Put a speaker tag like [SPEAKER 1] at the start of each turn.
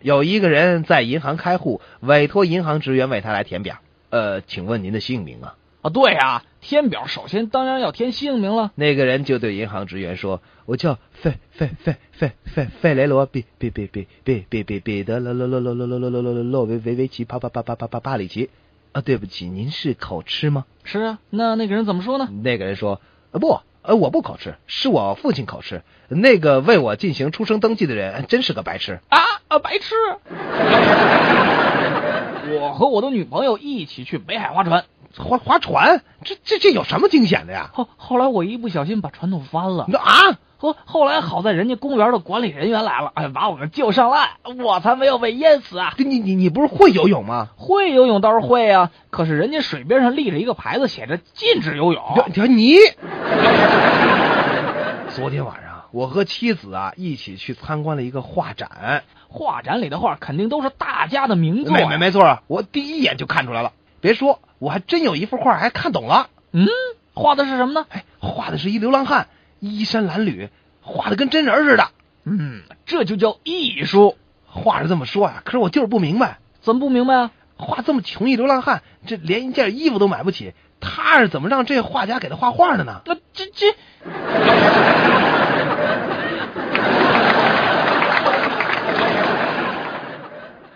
[SPEAKER 1] 有一个人在银行开户，委托银行职员为他来填表。呃，请问您的姓名啊？
[SPEAKER 2] 啊，对啊，填表首先当然要填姓名了。
[SPEAKER 1] 那个人就对银行职员说：“我叫费费费费费费雷罗比比比比比比比彼得罗罗罗罗罗罗罗罗罗洛维维维奇帕帕帕帕帕帕帕里奇。”啊，对不起，您是口吃吗？
[SPEAKER 2] 是啊，那那个人怎么说呢？
[SPEAKER 1] 那个人说：“呃，不，呃，我不口吃，是我父亲口吃。那个为我进行出生登记的人真是个白痴。
[SPEAKER 2] 啊啊，白痴！我和我的女朋友一起去北海划船，
[SPEAKER 1] 划划船，这这这有什么惊险的呀？
[SPEAKER 2] 后后来我一不小心把船弄翻了。
[SPEAKER 1] 那啊，
[SPEAKER 2] 后后来好在人家公园的管理人员来了，哎，把我们救上来，我才没有被淹死啊！
[SPEAKER 1] 你你你不是会游泳吗？
[SPEAKER 2] 会游泳倒是会啊，可是人家水边上立着一个牌子，写着禁止游泳。
[SPEAKER 1] 你瞧你，昨天晚上我和妻子啊一起去参观了一个画展，
[SPEAKER 2] 画展里的画肯定都是大家的名作
[SPEAKER 1] 没
[SPEAKER 2] 呀、
[SPEAKER 1] 没没错啊，我第一眼就看出来了。别说，我还真有一幅画还看懂了，
[SPEAKER 2] 嗯，画的是什么呢？
[SPEAKER 1] 哎，画的是一流浪汉，衣衫褴褛，画的跟真人似的。
[SPEAKER 2] 嗯，这就叫艺术。
[SPEAKER 1] 话是这么说呀、可是我就是不明白，
[SPEAKER 2] 怎么不明白啊？
[SPEAKER 1] 画这么穷一流浪汉，这连一件衣服都买不起，他是怎么让这画家给他画画的呢？
[SPEAKER 2] 那这这，